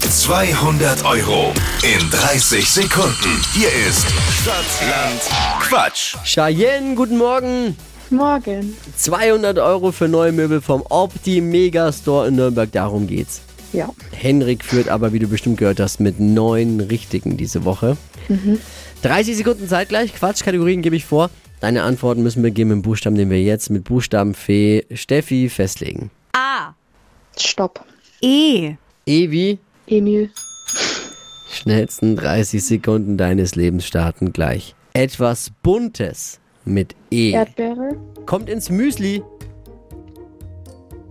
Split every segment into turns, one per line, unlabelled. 200 Euro in 30 Sekunden. Hier ist Stadtland Quatsch.
Cheyenne, guten Morgen.
Morgen.
200 Euro für neue Möbel vom Opti Megastore in Nürnberg, darum geht's.
Ja.
Henrik führt aber, wie du bestimmt gehört hast, mit neun Richtigen diese Woche. 30 Sekunden zeitgleich, Quatschkategorien gebe ich vor. Deine Antworten müssen wir geben im Buchstaben, den wir jetzt mit Buchstabenfee Steffi festlegen.
A.
Stopp.
E.
Evi,
Emil.
schnellsten 30 Sekunden deines Lebens starten gleich. Etwas Buntes mit E.
Erdbeere.
Kommt ins Müsli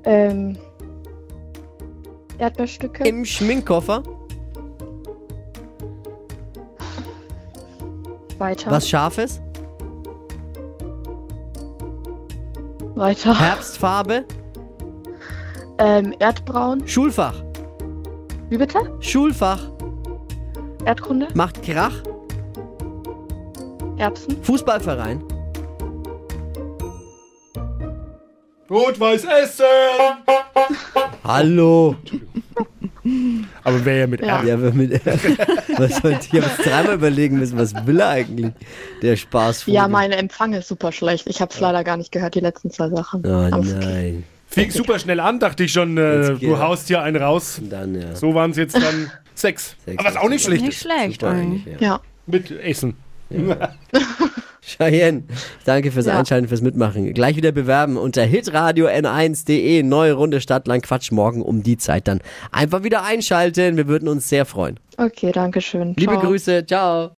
Ähm. Erdbeerstücke.
im Schminkkoffer.
Weiter.
Was Scharfes?
Weiter.
Herbstfarbe,
Ähm, Erdbraun.
Schulfach,
Wie bitte?
Schulfach,
Erdkunde.
macht Krach,
Erbsen.
Fußballverein,
Rot-Weiß Essen!
Hallo.
Aber wer ja mit
Ja.
R.
Ja, wir mit, was sollte ich jetzt dreimal überlegen müssen, was will er eigentlich? Der Spaßvogel.
Ja, mein Empfang ist super schlecht. Ich hab's leider gar nicht gehört, die letzten zwei Sachen.
Oh
Aber es geht.
nein.
Fing super schnell an, dachte ich schon, äh,
Jetzt geht
du
er.
haust hier einen raus.
Dann ja.
So waren es jetzt dann sechs.
Sechs.
Aber was auch nicht schlecht
Nicht
ist.
schlecht.
Super
eigentlich.
eigentlich, ja.
Ja.
Mit Essen.
Cheyenne, danke fürs
Ja.
Einschalten, fürs Mitmachen. Gleich wieder bewerben unter hitradio n1.de. Neue Runde Stadtland Quatsch morgen um die Zeit dann. Einfach wieder einschalten. Wir würden uns sehr freuen.
Okay, danke schön.
Liebe
Ciao.
Grüße. Ciao.